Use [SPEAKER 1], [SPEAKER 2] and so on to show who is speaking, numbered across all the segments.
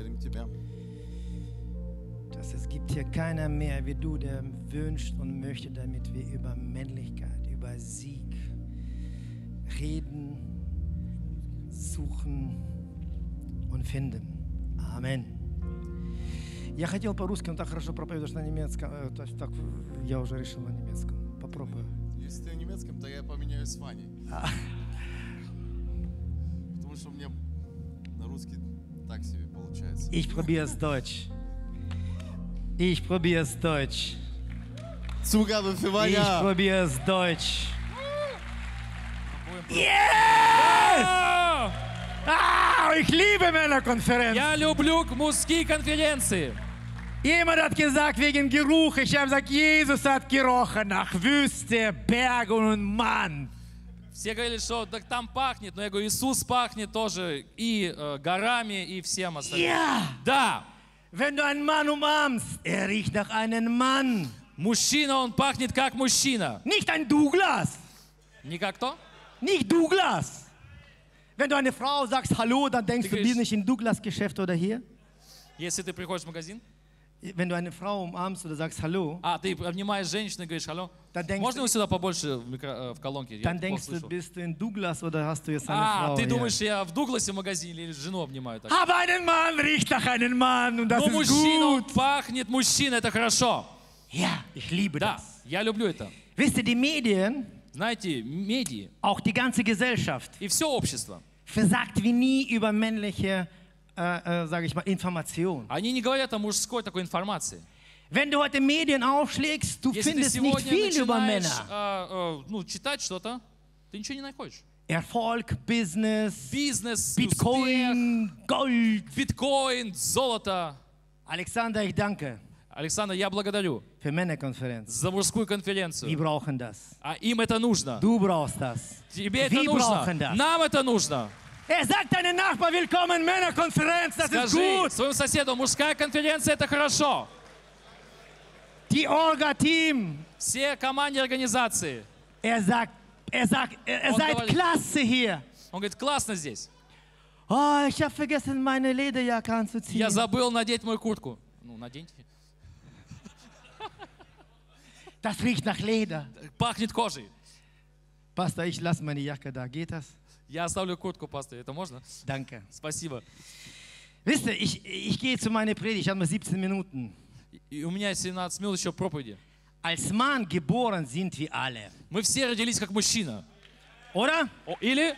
[SPEAKER 1] Ja.
[SPEAKER 2] Dass es gibt hier keiner mehr wie du, der wünscht und möchte, damit wir über Männlichkeit, über Sieg reden, suchen und finden. Amen. Я хотел по-русски, но так хорошо проповедуешь на немецком. э, То есть так э, я уже решил на немецком. Попробую.
[SPEAKER 1] Если ты немецким, то я поменяюсь с Ваней. Потому что у меня на русский так себе получается.
[SPEAKER 2] Ich probiere es Deutsch. Ich probiere es Deutsch.
[SPEAKER 1] Zugabe für
[SPEAKER 2] Ich
[SPEAKER 1] Ваня!
[SPEAKER 2] probiere es Deutsch.
[SPEAKER 3] А!
[SPEAKER 2] Ah, ich liebe Männerkonferenz.
[SPEAKER 3] Я люблю к- мужские конференции.
[SPEAKER 2] Jemand hat gesagt, wegen Geruch. Ich habe gesagt, Jesus hat gerochen nach Wüste, Bergen und Mann.
[SPEAKER 3] Все говорили, что так там пахнет, но я говорю, Иисус пахнет тоже и э, горами, и всем остальным.
[SPEAKER 2] Ja!
[SPEAKER 3] Да,
[SPEAKER 2] Wenn du einen Mann umarmst, er riecht nach einem Mann.
[SPEAKER 3] мужчина, он пахнет как мужчина.
[SPEAKER 2] Nicht ein Douglas.
[SPEAKER 3] Не как кто?
[SPEAKER 2] Nicht Douglas. Wenn du eine Frau sagst Hallo, dann denkst du,
[SPEAKER 3] Digga,
[SPEAKER 2] die
[SPEAKER 3] ich-
[SPEAKER 2] ist nicht im Douglas-Geschäft oder hier.
[SPEAKER 3] Если ты приходишь в магазин,
[SPEAKER 2] Wenn du eine Frau umarmst oder sagst Hallo,
[SPEAKER 3] а ты обнимаешь женщину и говоришь, алло,
[SPEAKER 2] Да, denkst
[SPEAKER 3] можно
[SPEAKER 2] du-
[SPEAKER 3] вы сюда побольше в, микро- э, в колонке? Я
[SPEAKER 2] dann
[SPEAKER 3] плохо
[SPEAKER 2] denkst du,
[SPEAKER 3] слышал.
[SPEAKER 2] bist du in Douglas oder hast du jetzt eine Frau?
[SPEAKER 3] А, ты
[SPEAKER 2] hier?
[SPEAKER 3] думаешь, я в Дугласе в магазине или жену обнимаю так?
[SPEAKER 2] Aber einen Mann riecht nach einem Mann und das
[SPEAKER 3] Но
[SPEAKER 2] ist
[SPEAKER 3] мужчина, он
[SPEAKER 2] gut.
[SPEAKER 3] пахнет мужчина, это хорошо.
[SPEAKER 2] Ja, ich liebe
[SPEAKER 3] Да,
[SPEAKER 2] das.
[SPEAKER 3] я люблю это.
[SPEAKER 2] Wisst ihr, die Medien,
[SPEAKER 3] Знаете, медии
[SPEAKER 2] auch die ganze Gesellschaft,
[SPEAKER 3] и все общество,
[SPEAKER 2] versagt wie nie über männliche, äh, äh, sage ich mal, Information.
[SPEAKER 3] они не говорят о мужской такой информации.
[SPEAKER 2] Wenn du heute Medien aufschlägst, du
[SPEAKER 3] Если ты
[SPEAKER 2] findest nicht
[SPEAKER 3] сегодня
[SPEAKER 2] viel über
[SPEAKER 3] начинаешь
[SPEAKER 2] Männer.
[SPEAKER 3] а, а, ну, читать что-то, ты ничего не находишь.
[SPEAKER 2] Erfolg, Business,
[SPEAKER 3] Бизнес, успех,
[SPEAKER 2] Bitcoin, Gold.
[SPEAKER 3] биткоин, золото.
[SPEAKER 2] Alexander, ich danke
[SPEAKER 3] Александр, я благодарю
[SPEAKER 2] für Männerkonferenz.
[SPEAKER 3] за мужскую
[SPEAKER 2] Die
[SPEAKER 3] конференцию.
[SPEAKER 2] brauchen das.
[SPEAKER 3] А им это нужно.
[SPEAKER 2] Du brauchst das.
[SPEAKER 3] Тебе это
[SPEAKER 2] Wir brauchen
[SPEAKER 3] нужно.
[SPEAKER 2] das.
[SPEAKER 3] Нам это нужно.
[SPEAKER 2] Er sagt deinem Nachbar, willkommen, Männerkonferenz, das ist
[SPEAKER 3] Скажи
[SPEAKER 2] gut.
[SPEAKER 3] своему соседу, мужская конференция это хорошо.
[SPEAKER 2] Die Orga-Team,
[SPEAKER 3] Все команде организации.
[SPEAKER 2] er sagt, er sagt, er, er
[SPEAKER 3] Und
[SPEAKER 2] seid
[SPEAKER 3] aber-
[SPEAKER 2] klasse hier.
[SPEAKER 3] Он говорит, классно здесь.
[SPEAKER 2] Oh, ich habe vergessen, meine Lederjacke anzuziehen.
[SPEAKER 3] Я забыл надеть мою куртку. Ну, наденьте.
[SPEAKER 2] Das riecht nach Leder.
[SPEAKER 3] Пахнет кожей.
[SPEAKER 2] Pastor, ich lasse meine Jacke da. Geht das?
[SPEAKER 3] Я оставлю куртку, пастор. Это можно?
[SPEAKER 2] Danke.
[SPEAKER 3] Спасибо.
[SPEAKER 2] Wisst ihr, ich, ich gehe zu meiner Predigt, ich habe nur 17 Minuten.
[SPEAKER 3] И- И у меня 17 минут еще проповеди.
[SPEAKER 2] Als Mann geboren sind wir alle.
[SPEAKER 3] Мы все родились как мужчина.
[SPEAKER 2] Oder?
[SPEAKER 3] О, Или?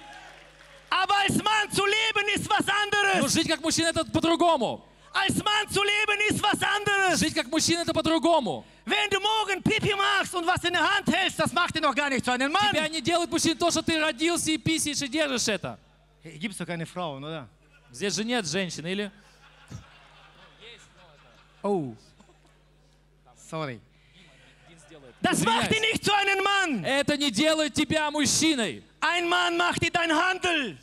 [SPEAKER 2] Aber als Mann zu leben ist was
[SPEAKER 3] Но
[SPEAKER 2] anderes.
[SPEAKER 3] жить как мужчина это по-другому.
[SPEAKER 2] Als Mann zu leben ist was anderes.
[SPEAKER 3] Жить как мужчина это по-другому.
[SPEAKER 2] Wenn du morgen Pipi machst und was in der Hand hältst, das macht dir noch gar nicht zu einem
[SPEAKER 3] Тебя
[SPEAKER 2] Mann.
[SPEAKER 3] не делают мужчин то, что ты родился и писаешь и держишь это.
[SPEAKER 2] Hey, gibt's doch keine Frauen, oder?
[SPEAKER 3] Здесь же нет женщин, или?
[SPEAKER 2] Oh. Sorry. Das macht dir nicht zu einem Mann.
[SPEAKER 3] Это не делает тебя mужчиной.
[SPEAKER 2] Ein Mann macht dir dein Handel,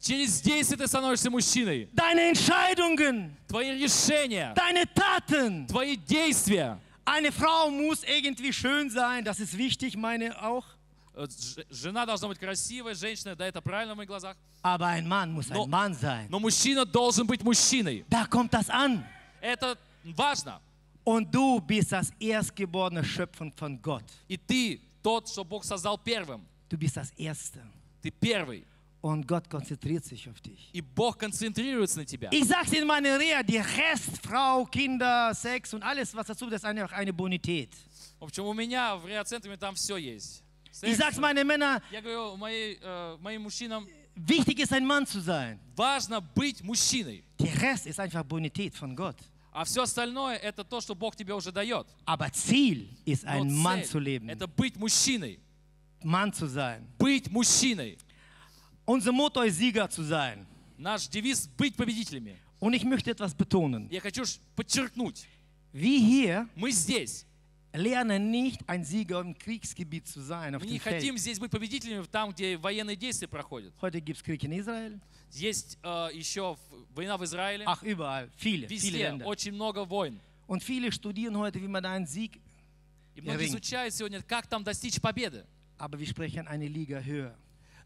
[SPEAKER 3] Через действие ты становишься мужчиной.
[SPEAKER 2] deine Entscheidungen,
[SPEAKER 3] Твои решения,
[SPEAKER 2] deine Taten.
[SPEAKER 3] твои действия.
[SPEAKER 2] Eine Frau muss irgendwie schön sein, das ist wichtig, meine auch.
[SPEAKER 3] Э, ж- Жена должна быть красивой, женщина, да, это правильно в моих глазах.
[SPEAKER 2] Aber ein Mann muss
[SPEAKER 3] No.
[SPEAKER 2] ein Mann sein.
[SPEAKER 3] Но мужчина должен быть мужчиной.
[SPEAKER 2] Da kommt das an.
[SPEAKER 3] Это важно.
[SPEAKER 2] Und du bist das erstgeborene Schöpfen von Gott.
[SPEAKER 3] И ты тот, что Бог создал первым.
[SPEAKER 2] Du bist das Erste.
[SPEAKER 3] Ты первый.
[SPEAKER 2] Und Gott konzentriert sich auf dich.
[SPEAKER 3] И Бог концентрируется на тебя.
[SPEAKER 2] Ich sag's in meiner Reha, die Rest, Frau, Kinder, Sex und alles, was dazu, das ist einfach eine Bonität.
[SPEAKER 3] В общем, у меня в реацентре там все есть.
[SPEAKER 2] Ich
[SPEAKER 3] Секс.
[SPEAKER 2] sag's meinen Männern,
[SPEAKER 3] Я говорю моей, э, моим мужчинам,
[SPEAKER 2] wichtig ist ein Mann zu sein.
[SPEAKER 3] важно быть мужчиной.
[SPEAKER 2] Der Rest ist einfach Bonität von Gott.
[SPEAKER 3] А все остальное это то, что Бог тебе уже дает.
[SPEAKER 2] Aber Ziel ist,
[SPEAKER 3] Но
[SPEAKER 2] ein Mann
[SPEAKER 3] цель
[SPEAKER 2] zu leben,
[SPEAKER 3] Это быть мужчиной.
[SPEAKER 2] Mann zu sein.
[SPEAKER 3] Быть мужчиной.
[SPEAKER 2] Unser Motto ist, Sieger zu sein.
[SPEAKER 3] Наш девиз — быть победителями.
[SPEAKER 2] Und ich möchte etwas betonen.
[SPEAKER 3] Я хочу ж подчеркнуть,
[SPEAKER 2] Wir hier
[SPEAKER 3] мы здесь.
[SPEAKER 2] lernen nicht, ein Sieger im Kriegsgebiet zu sein. Auf
[SPEAKER 3] Мы не
[SPEAKER 2] dem
[SPEAKER 3] хотим
[SPEAKER 2] Feld.
[SPEAKER 3] здесь быть победителями там, где военные действия проходят.
[SPEAKER 2] Heute gibt es Krieg in Israel.
[SPEAKER 3] Есть э, еще в- война в Израиле.
[SPEAKER 2] Ach, überall. Viele, viele
[SPEAKER 3] Везде
[SPEAKER 2] Länder.
[SPEAKER 3] очень много войн.
[SPEAKER 2] Und viele studieren heute, wie man einen Sieg.
[SPEAKER 3] И многие
[SPEAKER 2] Ring.
[SPEAKER 3] изучают сегодня, как там достичь победы.
[SPEAKER 2] Aber wir sprechen eine Liga höher.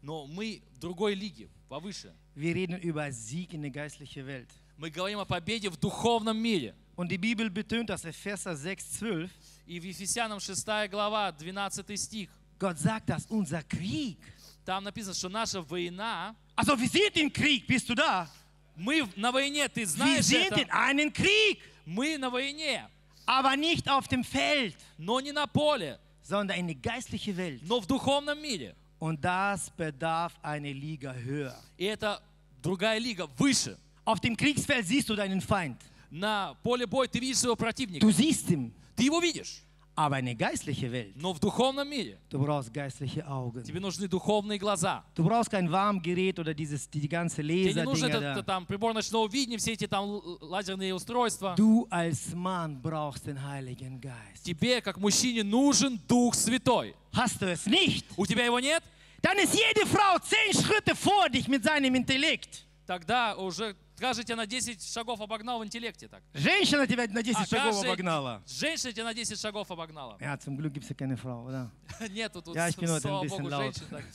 [SPEAKER 3] Но мы в другой лиге, повыше.
[SPEAKER 2] Wir reden über Sieg in der geistlichen Welt.
[SPEAKER 3] Мы говорим о победе в духовном мире.
[SPEAKER 2] Und die Bibel betont das Epheser 6,12.
[SPEAKER 3] И в Ефесянам 6 глава, 12 стих,
[SPEAKER 2] Gott sagt, dass unser Krieg,
[SPEAKER 3] там написано, что наша война,
[SPEAKER 2] also wir sind im Krieg, bist du da?
[SPEAKER 3] мы в- на войне, ты
[SPEAKER 2] Wir
[SPEAKER 3] знаешь
[SPEAKER 2] sind
[SPEAKER 3] это,
[SPEAKER 2] in einem Krieg,
[SPEAKER 3] мы на войне,
[SPEAKER 2] aber nicht auf dem Feld,
[SPEAKER 3] но не на поле,
[SPEAKER 2] sondern in der geistlichen Welt.
[SPEAKER 3] но в духовном мире.
[SPEAKER 2] Und das bedarf eine Liga höher.
[SPEAKER 3] И это другая лига, выше.
[SPEAKER 2] Auf dem Kriegsfeld siehst du deinen Feind.
[SPEAKER 3] На поле боя ты видишь своего противника,
[SPEAKER 2] Du siehst ihn,
[SPEAKER 3] ты его видишь,
[SPEAKER 2] aber eine geistliche Welt.
[SPEAKER 3] но в духовном мире
[SPEAKER 2] Du brauchst geistliche Augen.
[SPEAKER 3] тебе нужны духовные глаза.
[SPEAKER 2] Du brauchst kein Warmgerät oder dieses, die ganze
[SPEAKER 3] Тебе не нужен
[SPEAKER 2] Laserdinger
[SPEAKER 3] этот
[SPEAKER 2] da.
[SPEAKER 3] э, там прибор ночного видения, все эти там л- л- лазерные устройства.
[SPEAKER 2] Du als Mann brauchst den Heiligen Geist.
[SPEAKER 3] Тебе, как мужчине, нужен Дух Святой.
[SPEAKER 2] Hast du es nicht,
[SPEAKER 3] У тебя его нет?
[SPEAKER 2] dann ist jede Frau zehn Schritte vor dich mit seinem Intellekt.
[SPEAKER 3] Тогда уже каждый тебя на 10 шагов обогнал в интеллекте так.
[SPEAKER 2] Женщина тебя на 10
[SPEAKER 3] А
[SPEAKER 2] шагов
[SPEAKER 3] каждый-
[SPEAKER 2] обогнала.
[SPEAKER 3] Женщина тебя на 10 шагов обогнала.
[SPEAKER 2] Ja, zum Glück gibt es ja keine Frau, oder?
[SPEAKER 3] Нет, тут,
[SPEAKER 2] Я кино, это
[SPEAKER 3] слава
[SPEAKER 2] Ambition
[SPEAKER 3] богу,
[SPEAKER 2] Loud.
[SPEAKER 3] женщин так.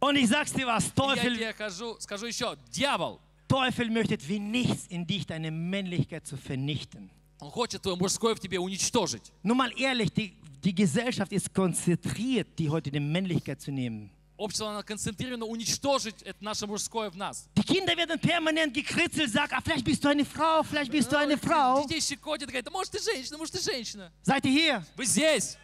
[SPEAKER 2] Und ich sag's dir was,
[SPEAKER 3] Я
[SPEAKER 2] Teufel,
[SPEAKER 3] тебе хожу- скажу еще, дьявол,
[SPEAKER 2] Teufel möchte wie nichts in dich deine Männlichkeit zu vernichten.
[SPEAKER 3] он хочет твое мужское в тебе уничтожить.
[SPEAKER 2] Nur mal ehrlich, die, die Gesellschaft ist konzentriert, die heutige Männlichkeit zu nehmen.
[SPEAKER 3] Общество, оно концентрировано уничтожить это наше мужское в нас.
[SPEAKER 2] Die Kinder werden permanent gekritzelt, sag, ah, vielleicht bist du eine Frau, vielleicht bist du eine Frau.
[SPEAKER 3] Детей щекотит, говорит, да может ты женщина, может ты женщина.
[SPEAKER 2] Seid ihr hier?
[SPEAKER 3] Вы здесь.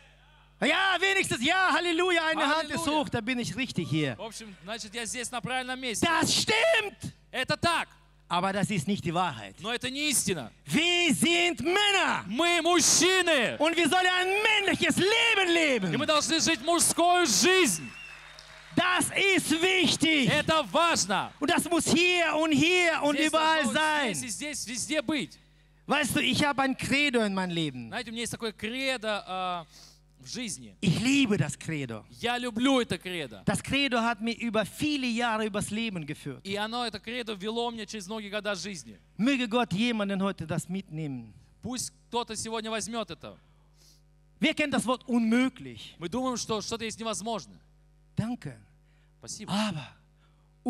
[SPEAKER 2] Ja, wenigstens, ja, Halleluja, eine Hand ist
[SPEAKER 3] Halleluja.
[SPEAKER 2] hoch, da bin ich richtig hier.
[SPEAKER 3] В общем, значит, я здесь на правильном месте.
[SPEAKER 2] Das stimmt,
[SPEAKER 3] Это так,
[SPEAKER 2] aber das ist nicht die Wahrheit.
[SPEAKER 3] но это не истина.
[SPEAKER 2] Wir sind Männer
[SPEAKER 3] Мы мужчины,
[SPEAKER 2] und wir sollen ein männliches Leben
[SPEAKER 3] и
[SPEAKER 2] leben.
[SPEAKER 3] мы должны жить мужскую жизнь.
[SPEAKER 2] Das ist wichtig
[SPEAKER 3] Это важно.
[SPEAKER 2] und das muss hier und hier und
[SPEAKER 3] Здесь
[SPEAKER 2] überall
[SPEAKER 3] должно вот Здесь,
[SPEAKER 2] sein.
[SPEAKER 3] и здесь, везде быть.
[SPEAKER 2] Weißt du, ich habe ein Credo in meinem Leben.
[SPEAKER 3] Знаете, у меня есть такое кредо а, в жизни.
[SPEAKER 2] Ich liebe das Credo.
[SPEAKER 3] Я люблю это кредо.
[SPEAKER 2] Das Credo hat mir über viele Jahre übers Leben geführt.
[SPEAKER 3] И оно, это кредо, вело меня через многие года жизни.
[SPEAKER 2] Möge Gott jemanden heute das mitnehmen.
[SPEAKER 3] Пусть кто-то сегодня возьмет это.
[SPEAKER 2] Wer kennt das Wort unmöglich?
[SPEAKER 3] Мы думаем, что что-то есть невозможное.
[SPEAKER 2] Danke.
[SPEAKER 3] Спасибо.
[SPEAKER 2] Aber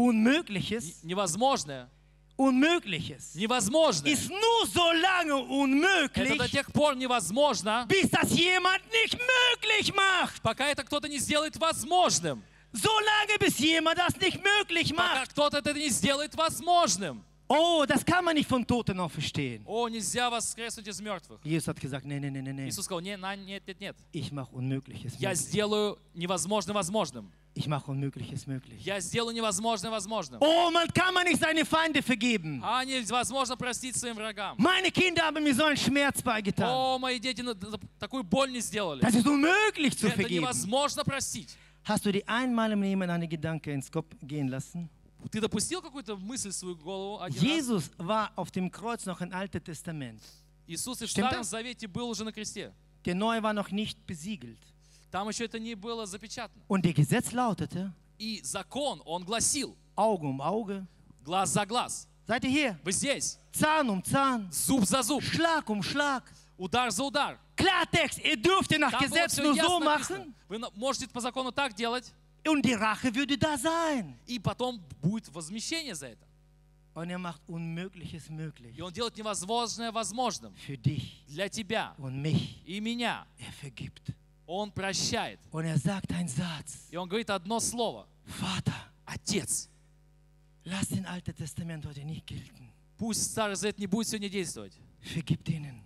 [SPEAKER 2] Unmögliches,
[SPEAKER 3] Невозможное.
[SPEAKER 2] Unmögliches
[SPEAKER 3] Невозможное.
[SPEAKER 2] ist nur so lange
[SPEAKER 3] Это до
[SPEAKER 2] unmöglich,
[SPEAKER 3] тех пор невозможно,
[SPEAKER 2] bis das jemand nicht möglich macht.
[SPEAKER 3] пока это кто-то не сделает возможным.
[SPEAKER 2] So lange, bis jemand das nicht möglich
[SPEAKER 3] Пока
[SPEAKER 2] macht.
[SPEAKER 3] кто-то это не сделает возможным.
[SPEAKER 2] Oh, das kann man nicht von Toten auferstehen.
[SPEAKER 3] О, нельзя воскреснуть из мертвых.
[SPEAKER 2] Jesus hat gesagt, nee, nee, nee, nee, nee.
[SPEAKER 3] Иисус сказал, не, на, нет, нет, нет.
[SPEAKER 2] Ich mache Unmögliches
[SPEAKER 3] Я
[SPEAKER 2] möglich.
[SPEAKER 3] сделаю невозможным возможным.
[SPEAKER 2] Ich mache Unmögliches möglich.
[SPEAKER 3] Я сделаю невозможное возможным.
[SPEAKER 2] Oh, man kann man nicht seine Feinde vergeben.
[SPEAKER 3] А невозможно простить своим врагам.
[SPEAKER 2] Meine Kinder haben mir so einen Schmerz beigetan.
[SPEAKER 3] О, мои дети на- на- такую боль не сделали.
[SPEAKER 2] Das ist unmöglich zu
[SPEAKER 3] Это
[SPEAKER 2] vergeben.
[SPEAKER 3] невозможно простить.
[SPEAKER 2] Hast du dir einmal im Leben einen Gedanke ins Kopf gehen lassen?
[SPEAKER 3] Ты допустил какую-то мысль в свою голову один раз?
[SPEAKER 2] Jesus war auf dem Kreuz noch im Alten Testament.
[SPEAKER 3] Иисус и в
[SPEAKER 2] Stimmt
[SPEAKER 3] Старом
[SPEAKER 2] das?
[SPEAKER 3] Завете был уже на кресте.
[SPEAKER 2] Der Neue war noch nicht besiegelt.
[SPEAKER 3] Там еще это не было запечатано.
[SPEAKER 2] Und der Gesetz lautete,
[SPEAKER 3] И закон, он гласил,
[SPEAKER 2] Auge um Auge.
[SPEAKER 3] глаз за глаз.
[SPEAKER 2] Seid ihr hier?
[SPEAKER 3] Вы здесь,
[SPEAKER 2] Zahn um Zahn,
[SPEAKER 3] зуб за зуб,
[SPEAKER 2] Schlag um Schlag.
[SPEAKER 3] удар за удар.
[SPEAKER 2] Klartext, ihr dürft nach
[SPEAKER 3] Там было
[SPEAKER 2] Gesetz
[SPEAKER 3] всё
[SPEAKER 2] nur
[SPEAKER 3] ясно
[SPEAKER 2] so
[SPEAKER 3] написано.
[SPEAKER 2] machen
[SPEAKER 3] Вы на- можете по закону так делать,
[SPEAKER 2] und die Rache würde da sein.
[SPEAKER 3] и потом будет возмещение за это.
[SPEAKER 2] Und er macht Unmögliches
[SPEAKER 3] И
[SPEAKER 2] möglich.
[SPEAKER 3] он делает невозможное возможным
[SPEAKER 2] Für dich
[SPEAKER 3] для тебя
[SPEAKER 2] und mich.
[SPEAKER 3] и меня.
[SPEAKER 2] Er vergibt.
[SPEAKER 3] Он прощает.
[SPEAKER 2] Und er sagt einen Satz.
[SPEAKER 3] И он говорит одно слово.
[SPEAKER 2] Vater,
[SPEAKER 3] Отец.
[SPEAKER 2] lass den Alten Testament heute nicht gelten.
[SPEAKER 3] Пусть Старый Завет не будет сегодня действовать.
[SPEAKER 2] Vergib denen.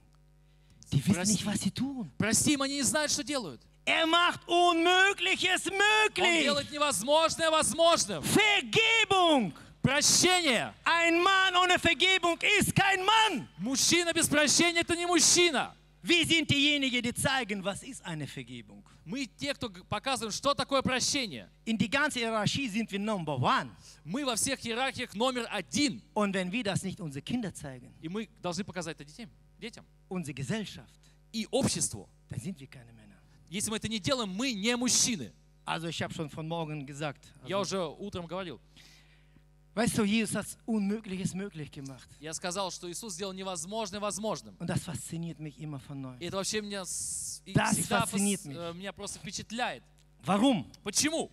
[SPEAKER 2] Die wissen nicht, was sie tun.
[SPEAKER 3] Прости им, они не знают, что делают.
[SPEAKER 2] Er macht Unmögliches
[SPEAKER 3] Он
[SPEAKER 2] möglich.
[SPEAKER 3] делает невозможное возможным.
[SPEAKER 2] Vergebung.
[SPEAKER 3] Прощение.
[SPEAKER 2] Ein Mann ohne Vergebung ist kein Mann.
[SPEAKER 3] Мужчина без прощения – это не мужчина.
[SPEAKER 2] Wir sind diejenigen, die zeigen, was ist eine Vergebung.
[SPEAKER 3] Мы те, кто г- показываем, что такое прощение.
[SPEAKER 2] In die ganze Hierarchie sind wir Number One.
[SPEAKER 3] Мы во всех иерархиях номер один.
[SPEAKER 2] Und wenn wir das nicht unseren Kindern zeigen,
[SPEAKER 3] И мы должны показать это детям, детям
[SPEAKER 2] unsere Gesellschaft,
[SPEAKER 3] и обществу.
[SPEAKER 2] dann sind wir keine Männer.
[SPEAKER 3] Если мы это не делаем, мы не мужчины.
[SPEAKER 2] Also ich habe schon von morgen gesagt.
[SPEAKER 3] Я
[SPEAKER 2] Also,
[SPEAKER 3] уже утром говорил.
[SPEAKER 2] weißt du, Jesus hat Unmögliches möglich gemacht.
[SPEAKER 3] Я сказал, что Иисус сделал невозможное возможным.
[SPEAKER 2] Und das fasziniert mich immer von neu.
[SPEAKER 3] И это вообще меня, с- и
[SPEAKER 2] Das
[SPEAKER 3] всегда пос-
[SPEAKER 2] fasziniert mich.
[SPEAKER 3] э, меня просто впечатляет.
[SPEAKER 2] Warum?
[SPEAKER 3] Почему?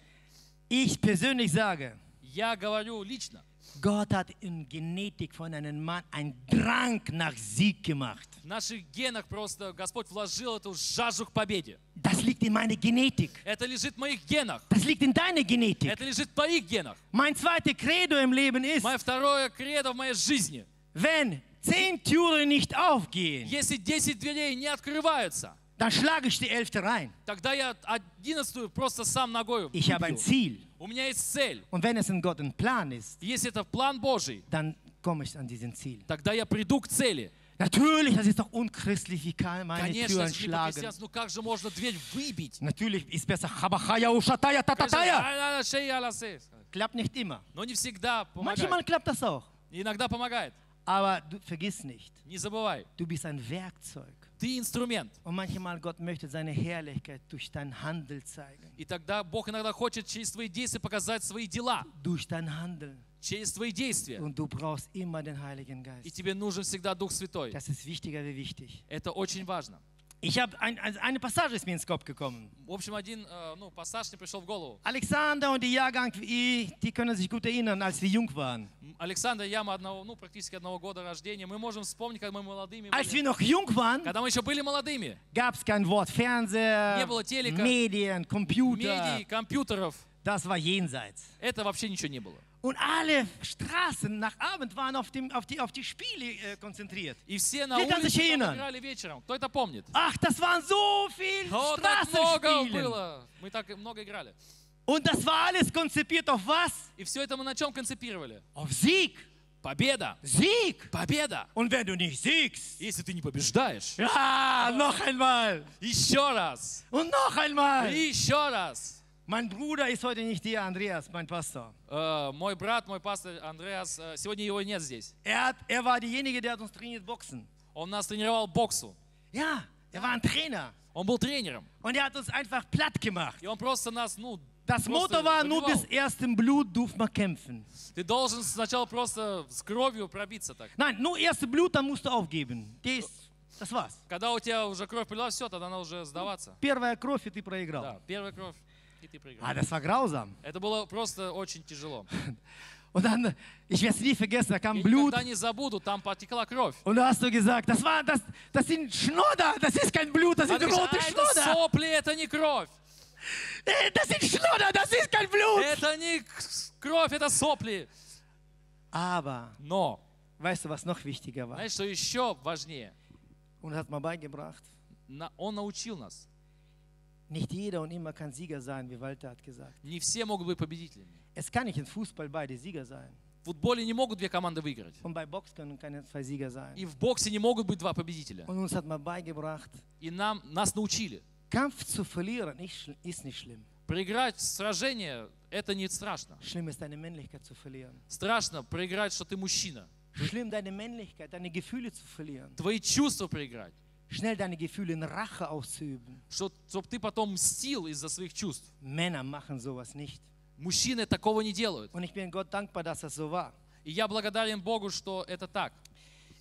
[SPEAKER 2] Ich persönlich sage,
[SPEAKER 3] Я говорю лично.
[SPEAKER 2] Gott hat in Genetik von einem Mann einen Drang nach Sieg gemacht.
[SPEAKER 3] В наших генах просто Господь вложил эту жажду к победе.
[SPEAKER 2] Das liegt in meiner Genetik.
[SPEAKER 3] Это лежит в моих генах.
[SPEAKER 2] Das liegt in deiner Genetik.
[SPEAKER 3] Это лежит в твоих генах.
[SPEAKER 2] Mein zweites Credo im Leben ist,
[SPEAKER 3] Мое второе кредо в моей жизни.
[SPEAKER 2] wenn zehn Türen nicht aufgehen,
[SPEAKER 3] Если 10 дверей не открываются,
[SPEAKER 2] dann schlage ich die elfte rein.
[SPEAKER 3] тогда я одиннадцатую просто сам ногой
[SPEAKER 2] Ich habe ein
[SPEAKER 3] выбью.
[SPEAKER 2] Ziel.
[SPEAKER 3] У меня есть цель.
[SPEAKER 2] Und wenn es in Gott ein Plan ist,
[SPEAKER 3] Если это план Божий,
[SPEAKER 2] dann komme ich an diesen Ziel.
[SPEAKER 3] тогда я приду к цели.
[SPEAKER 2] Natürlich, das ist doch unchristlich, wie kann meine
[SPEAKER 3] Конечно,
[SPEAKER 2] Türen
[SPEAKER 3] это не
[SPEAKER 2] schlagen?
[SPEAKER 3] по-христианству, ну как же можно дверь выбить? а,
[SPEAKER 2] Natürlich ist besser Chabachaya Ushataya Tatataya.
[SPEAKER 3] Конечно, шея ласы.
[SPEAKER 2] Klappt nicht immer.
[SPEAKER 3] Но не всегда
[SPEAKER 2] Manchmal
[SPEAKER 3] помогает.
[SPEAKER 2] klappt das auch.
[SPEAKER 3] Иногда помогает.
[SPEAKER 2] Aber du, vergiss nicht,
[SPEAKER 3] Не забывай,
[SPEAKER 2] du bist ein Werkzeug.
[SPEAKER 3] ты инструмент.
[SPEAKER 2] Und manchmal Gott möchte seine Herrlichkeit durch dein Handeln zeigen.
[SPEAKER 3] И тогда Бог иногда хочет через твои действия показать свои дела,
[SPEAKER 2] Durch dein Handeln.
[SPEAKER 3] через твои действия.
[SPEAKER 2] Und du brauchst immer den Heiligen
[SPEAKER 3] И
[SPEAKER 2] Geist.
[SPEAKER 3] тебе нужен всегда Дух Святой.
[SPEAKER 2] Das ist wichtiger wie wichtig.
[SPEAKER 3] Это очень важно.
[SPEAKER 2] Ich habe ein, also eine Passage ist mir ins Kopf gekommen.
[SPEAKER 3] В общем, один э, ну, пассаж мне пришел в голову.
[SPEAKER 2] Alexander und die Jahrgang I, die können sich gut erinnern, als wir jung waren.
[SPEAKER 3] М, Александр и я, мы одного, ну, практически одного года рождения. Мы можем вспомнить, когда мы молодыми
[SPEAKER 2] Als
[SPEAKER 3] были.
[SPEAKER 2] wir noch jung waren,
[SPEAKER 3] Когда мы еще были молодыми.
[SPEAKER 2] gab es kein Wort Fernseher,
[SPEAKER 3] Не было телека,
[SPEAKER 2] Medien, Computer.
[SPEAKER 3] Медий, компьютеров.
[SPEAKER 2] Das war jenseits.
[SPEAKER 3] Это вообще ничего не было.
[SPEAKER 2] Und alle Straßen nach Abend waren auf, dem, auf, die, auf die Spiele äh, konzentriert.
[SPEAKER 3] И все на
[SPEAKER 2] Где А, там
[SPEAKER 3] улице
[SPEAKER 2] защищено?
[SPEAKER 3] там играли вечером. Кто это помнит?
[SPEAKER 2] Ach, das waren so viele
[SPEAKER 3] О, так много
[SPEAKER 2] Straßenspiele.
[SPEAKER 3] было. Мы так и много играли.
[SPEAKER 2] Und das war alles konzipiert auf was?
[SPEAKER 3] И все это мы на чем концепировали?
[SPEAKER 2] Auf Sieg.
[SPEAKER 3] Победа!
[SPEAKER 2] Sieg.
[SPEAKER 3] Победа!
[SPEAKER 2] Und wenn du nicht siegst,
[SPEAKER 3] Если ты не побеждаешь,
[SPEAKER 2] ja, noch einmal.
[SPEAKER 3] еще раз!
[SPEAKER 2] Und noch einmal.
[SPEAKER 3] И еще раз!
[SPEAKER 2] Mein Bruder ist heute nicht hier, Andreas, mein Pastor.
[SPEAKER 3] Э, мой брат, мой пастор Андреас, э, сегодня его нет здесь.
[SPEAKER 2] Er, hat, er war derjenige, der hat uns trainiert Boxen.
[SPEAKER 3] Он нас тренировал боксу.
[SPEAKER 2] Ja, er war ein Trainer.
[SPEAKER 3] Он был тренером.
[SPEAKER 2] Und er hat uns einfach platt gemacht.
[SPEAKER 3] И он просто нас, ну,
[SPEAKER 2] Das
[SPEAKER 3] просто
[SPEAKER 2] Motto war, nur
[SPEAKER 3] добивал.
[SPEAKER 2] bis erstem Blut durft man kämpfen.
[SPEAKER 3] Ты должен сначала просто с кровью пробиться так.
[SPEAKER 2] Nein, nur erste Blut, dann musst du aufgeben. Dies, das war's.
[SPEAKER 3] Когда у тебя уже кровь прилила, все, тогда надо уже сдаваться.
[SPEAKER 2] Первая кровь, и ты проиграл.
[SPEAKER 3] Да, первая кровь, и ты проиграл.
[SPEAKER 2] Ah, das war grausam.
[SPEAKER 3] Это было просто очень тяжело.
[SPEAKER 2] Und dann, ich werde es nie vergessen, da kam
[SPEAKER 3] Я
[SPEAKER 2] Blut.
[SPEAKER 3] никогда не забуду, там потекла кровь.
[SPEAKER 2] Und da hast du gesagt, das war, das, das sind Schnodder, das ist kein Blut, das
[SPEAKER 3] А
[SPEAKER 2] sind
[SPEAKER 3] ты говоришь,
[SPEAKER 2] rote
[SPEAKER 3] «А, это
[SPEAKER 2] Schnodder.
[SPEAKER 3] сопли, это не кровь.
[SPEAKER 2] Äh, Das sind Schnodder, das ist kein Blut.
[SPEAKER 3] Это не к- кровь, это сопли.
[SPEAKER 2] Aber,
[SPEAKER 3] Но,
[SPEAKER 2] weißt du, was noch wichtiger war?
[SPEAKER 3] знаешь, что еще важнее?
[SPEAKER 2] Und das hat man beigebracht.
[SPEAKER 3] На- Он научил нас.
[SPEAKER 2] Nicht jeder und immer kann Sieger sein, wie Walter hat gesagt.
[SPEAKER 3] Не все могут быть победителями.
[SPEAKER 2] Es kann nicht im Fußball beide Sieger sein.
[SPEAKER 3] В футболе не могут две команды выиграть.
[SPEAKER 2] Und bei Box können keine zwei Sieger sein.
[SPEAKER 3] И в боксе не могут быть два победителя.
[SPEAKER 2] Und uns hat man beigebracht,
[SPEAKER 3] И нам, нас научили.
[SPEAKER 2] Kampf zu verlieren nicht schl- ist nicht schlimm.
[SPEAKER 3] Проиграть сражение – это не страшно.
[SPEAKER 2] Schlimm ist, deine Männlichkeit zu verlieren.
[SPEAKER 3] Страшно проиграть, что ты мужчина.
[SPEAKER 2] Schlimm, deine Männlichkeit, deine Gefühle zu verlieren.
[SPEAKER 3] Твои чувства проиграть.
[SPEAKER 2] Schnell deine Gefühle in Rache auszuüben.
[SPEAKER 3] Что, чтоб ты потом мстил из-за своих чувств.
[SPEAKER 2] Männer machen sowas nicht.
[SPEAKER 3] Мужчины такого не делают.
[SPEAKER 2] Und ich bin Gott dankbar, dass das so war.
[SPEAKER 3] И я благодарен Богу, что это так.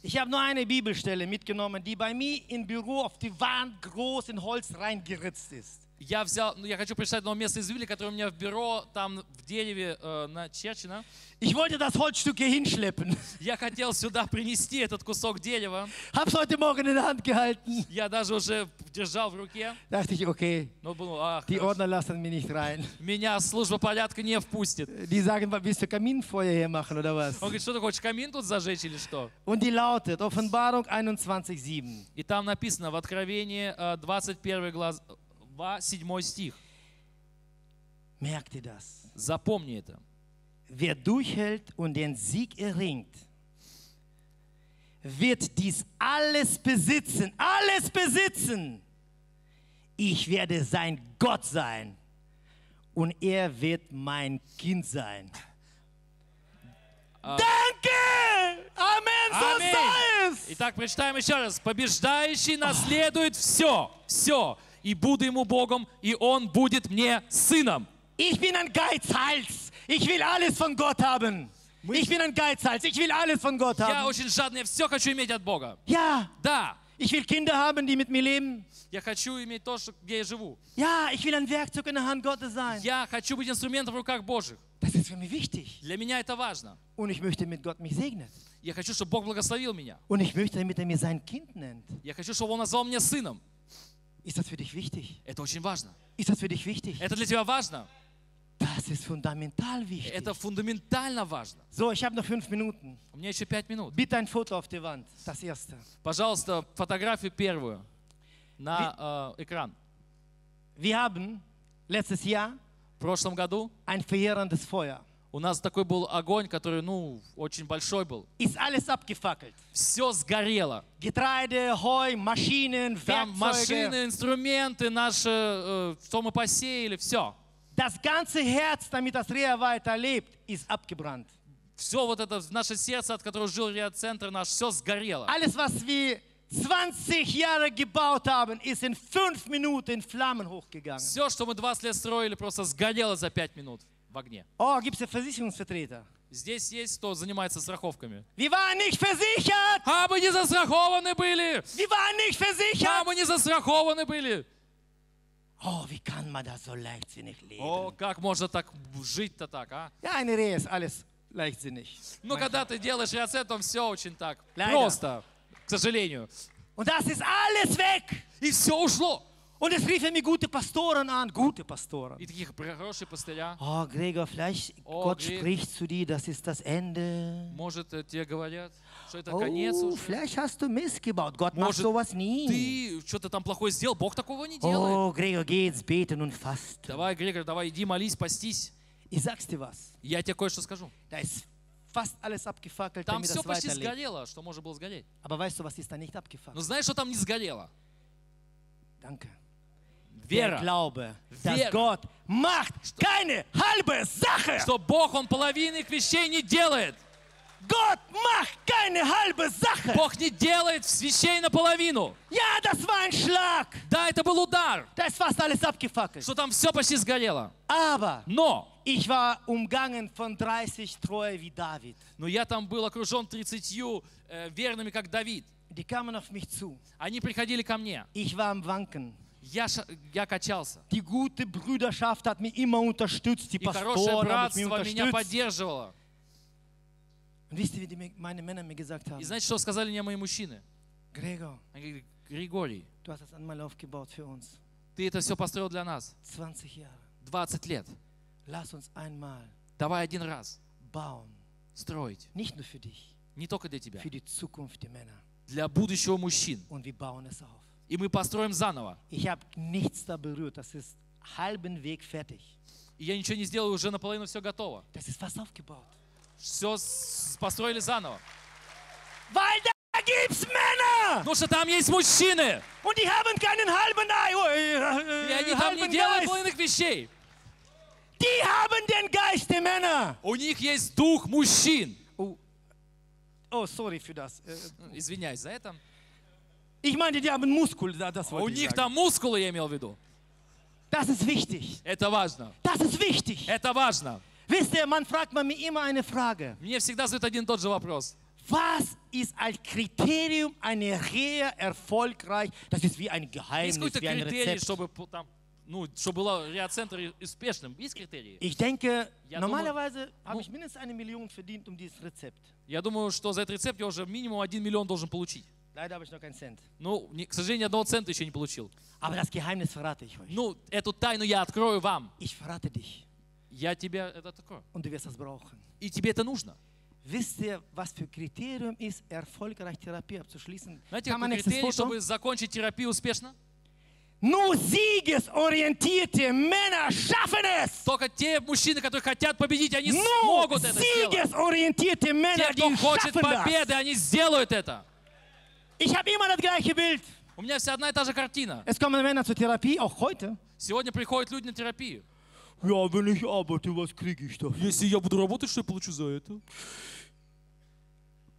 [SPEAKER 2] Ich habe nur eine Bibelstelle mitgenommen, die bei mir im Büro auf die Wand groß in Holz reingeritzt ist.
[SPEAKER 3] Я взял, ну, я хочу прочитать одно место из Библии, которое у меня в бюро, там в дереве э, начерчено.
[SPEAKER 2] Ich wollte das Holzstück hier hinschleppen.
[SPEAKER 3] Я хотел сюда принести этот кусок дерева.
[SPEAKER 2] Hab's heute Morgen in der Hand gehalten.
[SPEAKER 3] Я даже уже держал в руке.
[SPEAKER 2] Dachte ich, okay,
[SPEAKER 3] Но думал, а,
[SPEAKER 2] die
[SPEAKER 3] хорошо.
[SPEAKER 2] Ordner lassen mich nicht rein.
[SPEAKER 3] меня служба порядка не впустит.
[SPEAKER 2] Die sagen, willst du Kaminfeuer hier machen oder was?
[SPEAKER 3] Он говорит, что ты хочешь, камин тут зажечь или что?
[SPEAKER 2] Und die lautet Offenbarung 21,7.
[SPEAKER 3] И там написано в Откровении э, 21 глава, 7 стих.
[SPEAKER 2] Merk dir das.
[SPEAKER 3] Запомни это.
[SPEAKER 2] Wer durchhält und den Sieg erringt, wird dies alles besitzen, alles besitzen. Ich werde sein Gott sein und er wird mein Kind sein. Danke! Amen, so
[SPEAKER 3] Аминь.
[SPEAKER 2] sei es!
[SPEAKER 3] Итак, прочитаем еще раз. Побеждающий наследует все, все. И буду ему Богом, и он будет мне сыном.
[SPEAKER 2] Ich bin ein Geizhals. Ich will alles von Gott haben. Ich bin ein Geizhals. Ich will alles von Gott
[SPEAKER 3] Я
[SPEAKER 2] haben.
[SPEAKER 3] очень жадный, я все хочу иметь от Бога.
[SPEAKER 2] Ja,
[SPEAKER 3] Да,
[SPEAKER 2] Ich will Kinder haben, die mit mir leben.
[SPEAKER 3] Я хочу иметь то, что, где я живу.
[SPEAKER 2] Ja, ich will ein Werkzeug in der Hand Gottes sein.
[SPEAKER 3] Я хочу быть инструментом в руках Божьих.
[SPEAKER 2] Das ist für mich wichtig.
[SPEAKER 3] Для меня это важно.
[SPEAKER 2] Und ich möchte, mit Gott mich segnet.
[SPEAKER 3] Я хочу, чтобы Бог благословил меня.
[SPEAKER 2] Und ich möchte, damit er mir sein Kind nennt.
[SPEAKER 3] Я хочу, чтобы Он назвал меня сыном.
[SPEAKER 2] Ist das für dich wichtig?
[SPEAKER 3] Это очень важно.
[SPEAKER 2] Ist das für dich wichtig?
[SPEAKER 3] Это для тебя важно.
[SPEAKER 2] Das ist fundamental wichtig.
[SPEAKER 3] Это фундаментально важно.
[SPEAKER 2] So, ich habe noch fünf Minuten.
[SPEAKER 3] У меня еще пять минут.
[SPEAKER 2] Bitte ein Foto auf die Wand. Das erste.
[SPEAKER 3] Пожалуйста, фотографию первую на э, экран.
[SPEAKER 2] Wir haben letztes Jahr
[SPEAKER 3] В прошлом году
[SPEAKER 2] ein verjährendes Feuer.
[SPEAKER 3] у нас такой был огонь, который, ну, очень большой был.
[SPEAKER 2] Ist alles abgefackelt.
[SPEAKER 3] Все сгорело.
[SPEAKER 2] Getreide, Heu, Maschinen, Werkzeuge.
[SPEAKER 3] Там машины, инструменты наши, э, что мы посеяли, все.
[SPEAKER 2] Das ganze Herz, damit das Rehe weiterlebt, ist abgebrannt.
[SPEAKER 3] Все вот это наше сердце, от которого жил Реа-центр наш, все сгорело.
[SPEAKER 2] Alles, was wir 20 Jahre gebaut haben, ist in fünf Minuten in Flammen hochgegangen.
[SPEAKER 3] Все, что мы 20 лет строили, просто сгорело за 5 минut в огне.
[SPEAKER 2] Oh, gibt es ja Versicherungsvertreter?
[SPEAKER 3] Здесь есть, кто занимается страховками.
[SPEAKER 2] Wir waren nicht versichert!
[SPEAKER 3] А мы не застрахованы были!
[SPEAKER 2] Wir waren nicht
[SPEAKER 3] А
[SPEAKER 2] versichert!
[SPEAKER 3] мы не застрахованы были!
[SPEAKER 2] Oh, wie kann man das so leichtsinnig leben?
[SPEAKER 3] О, как можно так жить-то так, а?
[SPEAKER 2] Ja, eine Rehe ist alles leichtsinnig.
[SPEAKER 3] Но когда ты делаешь рецепт, там все очень так
[SPEAKER 2] Leider.
[SPEAKER 3] просто, к сожалению.
[SPEAKER 2] Und das ist alles weg!
[SPEAKER 3] И все ушло.
[SPEAKER 2] Und es riefen mir gute Pastoren an, gute Pastoren.
[SPEAKER 3] И таких хороших пастыря.
[SPEAKER 2] Oh, Gregor, vielleicht
[SPEAKER 3] Oh,
[SPEAKER 2] Gott
[SPEAKER 3] Gre-
[SPEAKER 2] spricht zu dir, das ist das Ende.
[SPEAKER 3] Может, э, тебе говорят, что это конец
[SPEAKER 2] Oh,
[SPEAKER 3] уже.
[SPEAKER 2] vielleicht hast du Mist gebaut. Gott macht
[SPEAKER 3] Может,
[SPEAKER 2] sowas nie.
[SPEAKER 3] Ты что-то там плохое сделал, Бог такого не делает.
[SPEAKER 2] Oh, Gregor, geh ins Beten und fast.
[SPEAKER 3] Давай, Григорий, давай, иди молись, постись.
[SPEAKER 2] Ich sag's dir was.
[SPEAKER 3] Я тебе кое-что скажу.
[SPEAKER 2] Da ist fast alles abgefackelt,
[SPEAKER 3] Там
[SPEAKER 2] damit
[SPEAKER 3] все
[SPEAKER 2] das
[SPEAKER 3] почти
[SPEAKER 2] weiterlebt.
[SPEAKER 3] сгорело, что можно было сгореть.
[SPEAKER 2] Aber weißt du, was ist da nicht
[SPEAKER 3] Но
[SPEAKER 2] abgefackelt?
[SPEAKER 3] знаешь, что там не сгорело?
[SPEAKER 2] Danke. Der
[SPEAKER 3] Вера.
[SPEAKER 2] Glaube, dass
[SPEAKER 3] Vera.
[SPEAKER 2] Gott macht keine halbe Sache.
[SPEAKER 3] Что Бог, Он половины вещей не делает.
[SPEAKER 2] Gott macht keine halbe Sache.
[SPEAKER 3] Бог не делает вещей наполовину.
[SPEAKER 2] Ja, das war ein Schlag.
[SPEAKER 3] Да, это был удар,
[SPEAKER 2] Da ist fast alles abgefackelt.
[SPEAKER 3] что там все почти сгорело.
[SPEAKER 2] Aber
[SPEAKER 3] Но,
[SPEAKER 2] ich war umgangen von 30 Treue wie David.
[SPEAKER 3] но я там был окружен 30 э, верными, как Давид.
[SPEAKER 2] Die kamen auf mich zu.
[SPEAKER 3] Они приходили ко мне.
[SPEAKER 2] Ich war am Wanken.
[SPEAKER 3] Я, ша- я качался.
[SPEAKER 2] Die gute Brüderschaft hat mich immer unterstützt. Die
[SPEAKER 3] И хорошее
[SPEAKER 2] Pastoren haben mich
[SPEAKER 3] братство меня
[SPEAKER 2] unterstützt.
[SPEAKER 3] поддерживало.
[SPEAKER 2] Und wisst ihr, wie die, mir- meine Männer mir gesagt haben?
[SPEAKER 3] И знаете, что сказали мне мои мужчины?
[SPEAKER 2] Gregor,
[SPEAKER 3] Они говорили, Григорий,
[SPEAKER 2] du hast das einmal aufgebaut für uns.
[SPEAKER 3] ты это все построил для нас.
[SPEAKER 2] 20 Jahre.
[SPEAKER 3] 20 лет.
[SPEAKER 2] Lass uns einmal
[SPEAKER 3] Давай один раз
[SPEAKER 2] bauen.
[SPEAKER 3] строить.
[SPEAKER 2] Nicht nur für dich,
[SPEAKER 3] Не только для тебя.
[SPEAKER 2] für die Zukunft der Männer.
[SPEAKER 3] Для будущего мужчин.
[SPEAKER 2] Und wir bauen es auf.
[SPEAKER 3] И мы построим заново.
[SPEAKER 2] Ich habe nichts da berührt. Das ist halben Weg fertig.
[SPEAKER 3] И я ничего не сделаю, уже наполовину все готово.
[SPEAKER 2] Das ist fast aufgebaut.
[SPEAKER 3] Все с- построили заново.
[SPEAKER 2] Weil da gibt's Männer!
[SPEAKER 3] Потому Ну что там есть мужчины.
[SPEAKER 2] Und die haben keinen halben Ei. oh,
[SPEAKER 3] И
[SPEAKER 2] äh, äh,
[SPEAKER 3] они там не
[SPEAKER 2] halben
[SPEAKER 3] делают
[SPEAKER 2] Geist.
[SPEAKER 3] половинных вещей.
[SPEAKER 2] Die haben den Geist der Männer.
[SPEAKER 3] У них есть дух мужчин.
[SPEAKER 2] Oh, oh sorry für das. Äh,
[SPEAKER 3] Извиняюсь за это.
[SPEAKER 2] Ich meine, die haben Muskel. da- Das,
[SPEAKER 3] У
[SPEAKER 2] wollte ich
[SPEAKER 3] них
[SPEAKER 2] sagen.
[SPEAKER 3] там мускулы, я имел в виду.
[SPEAKER 2] das ist wichtig.
[SPEAKER 3] Это важно.
[SPEAKER 2] Das ist wichtig.
[SPEAKER 3] Это важно.
[SPEAKER 2] Wisst ihr, man fragt man mir immer eine Frage.
[SPEAKER 3] Мне всегда задают один и тот же вопрос.
[SPEAKER 2] Was ist als Kriterium eine Rehe erfolgreich? Das ist wie ein
[SPEAKER 3] Есть
[SPEAKER 2] Geheimnis,
[SPEAKER 3] какой-то
[SPEAKER 2] wie ein
[SPEAKER 3] критерий,
[SPEAKER 2] Rezept.
[SPEAKER 3] чтобы пу- там, ну, чтобы было реацентр и- успешным? Есть критерии?
[SPEAKER 2] Ich denke,
[SPEAKER 3] Ja, du mu-
[SPEAKER 2] normalerweise habe
[SPEAKER 3] mu-
[SPEAKER 2] ich mindestens eine Million verdient um dieses Rezept.
[SPEAKER 3] Я думаю, что за этот рецепт я уже минимум 1 миллион должен получить.
[SPEAKER 2] Leider habe ich noch keinen Cent.
[SPEAKER 3] Ну, не- к сожалению, ни одного цента еще не получил.
[SPEAKER 2] Aber das Geheimnis verrate ich euch.
[SPEAKER 3] Ну, эту тайну я открою вам.
[SPEAKER 2] Ich verrate dich
[SPEAKER 3] Я тебя это открою.
[SPEAKER 2] und du wirst das brauchen.
[SPEAKER 3] И тебе это нужно.
[SPEAKER 2] Wisst ihr, was für Kriterium ist, erfolgreich Therapie abzuschließen?
[SPEAKER 3] Знаете,
[SPEAKER 2] Kann man
[SPEAKER 3] какой
[SPEAKER 2] nächstes
[SPEAKER 3] критерий,
[SPEAKER 2] Foto?
[SPEAKER 3] чтобы закончить терапию успешно?
[SPEAKER 2] Nur siegesorientierte Männer schaffen es!
[SPEAKER 3] Только те мужчины, которые хотят победить, они
[SPEAKER 2] Nur
[SPEAKER 3] смогут это сделать.
[SPEAKER 2] siegesorientierte
[SPEAKER 3] Те,
[SPEAKER 2] Männer,
[SPEAKER 3] кто
[SPEAKER 2] die
[SPEAKER 3] хочет
[SPEAKER 2] schaffen das!
[SPEAKER 3] победы, они сделают это.
[SPEAKER 2] Ich habe immer das gleiche Bild.
[SPEAKER 3] У меня вся одна и та же картина.
[SPEAKER 2] Es kommen Männer zur Therapie, auch heute.
[SPEAKER 3] Сегодня приходят люди на терапию.
[SPEAKER 2] Ja, wenn ich arbeite, was kriege ich dafür?
[SPEAKER 3] Если я буду работать, что я получу за это?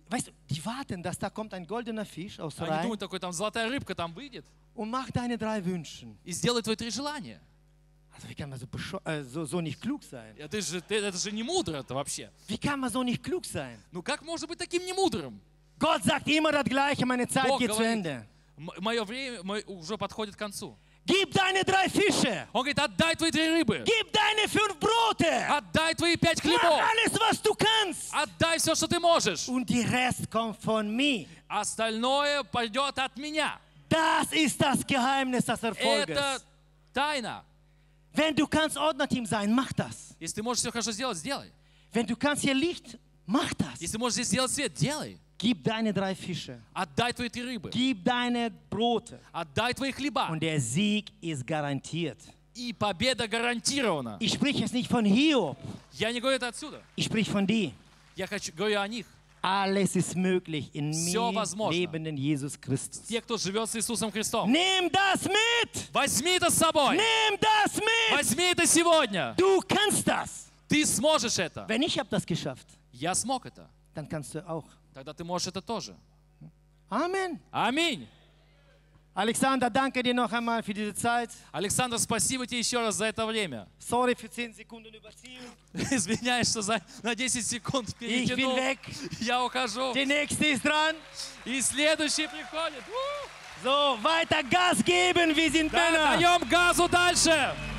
[SPEAKER 2] Weißt du, die warten, dass da kommt ein goldener Fisch aus
[SPEAKER 3] Они
[SPEAKER 2] Rhein
[SPEAKER 3] думают, такой там золотая рыбка там выйдет
[SPEAKER 2] und macht deine drei Wünsche.
[SPEAKER 3] и сделает твои три желания.
[SPEAKER 2] Also wie kann man so, bescho- äh, so, so nicht klug sein?
[SPEAKER 3] Это же, ты- это же не мудро это вообще.
[SPEAKER 2] Wie kann man so nicht klug sein?
[SPEAKER 3] Ну как можно быть таким немудрым?
[SPEAKER 2] Gott sagt immer das Gleiche, meine Zeit
[SPEAKER 3] Бог
[SPEAKER 2] geht zu
[SPEAKER 3] говорит,
[SPEAKER 2] Ende.
[SPEAKER 3] мое время мо- уже подходит к концу.
[SPEAKER 2] Gib deine drei Fische.
[SPEAKER 3] Он говорит, отдай твои три рыбы,
[SPEAKER 2] Gib deine fünf Brote.
[SPEAKER 3] отдай твои пять хлебов,
[SPEAKER 2] Mach alles, was du kannst.
[SPEAKER 3] отдай все, что ты можешь.
[SPEAKER 2] Und die Rest kommt von mir.
[SPEAKER 3] Остальное пойдет от меня.
[SPEAKER 2] Das ist das Geheimnis des
[SPEAKER 3] Это
[SPEAKER 2] Erfolges.
[SPEAKER 3] тайна.
[SPEAKER 2] Wenn du kannst Ordnerteam sein, mach das.
[SPEAKER 3] Если ты можешь все хорошо сделать, сделай.
[SPEAKER 2] Wenn du kannst hier Licht, mach das.
[SPEAKER 3] Если ты можешь здесь сделать свет, делай.
[SPEAKER 2] Gib deine drei Fische.
[SPEAKER 3] Отдай твои три рыбы,
[SPEAKER 2] Gib deine Brote.
[SPEAKER 3] отдай твои хлеба.
[SPEAKER 2] Und der Sieg ist garantiert.
[SPEAKER 3] И победа гарантирована.
[SPEAKER 2] Ich spreche jetzt nicht von Hiob.
[SPEAKER 3] Я не говорю это отсюда.
[SPEAKER 2] Ich spreche von dir.
[SPEAKER 3] Я хочу, говорю о них.
[SPEAKER 2] Alles ist möglich in
[SPEAKER 3] Всё
[SPEAKER 2] mir
[SPEAKER 3] возможно.
[SPEAKER 2] lebenden Jesus Christus.
[SPEAKER 3] Те, кто живет с Иисусом Христом.
[SPEAKER 2] Nimm das mit!
[SPEAKER 3] Возьми это с собой.
[SPEAKER 2] Nimm das mit!
[SPEAKER 3] Возьми это сегодня.
[SPEAKER 2] Du kannst das!
[SPEAKER 3] Ты сможешь это.
[SPEAKER 2] Wenn ich habe das geschafft,
[SPEAKER 3] Я смог это.
[SPEAKER 2] dann kannst du auch.
[SPEAKER 3] Тогда ты можешь это тоже.
[SPEAKER 2] Amen.
[SPEAKER 3] Аминь.
[SPEAKER 2] Alexander, danke dir noch einmal für diese Zeit.
[SPEAKER 3] Александр, спасибо тебе еще раз за это время.
[SPEAKER 2] Sorry für 10 Sekunden Überziehung.
[SPEAKER 3] Извиняюсь, что за, на 10 секунд
[SPEAKER 2] Ich bin
[SPEAKER 3] перетянул.
[SPEAKER 2] weg.
[SPEAKER 3] Я ухожу.
[SPEAKER 2] Der nächste ist dran.
[SPEAKER 3] И следующий приходит. У!
[SPEAKER 2] So, weiter Gas geben. Wir sind
[SPEAKER 3] Да,
[SPEAKER 2] Männer.
[SPEAKER 3] даем газу дальше.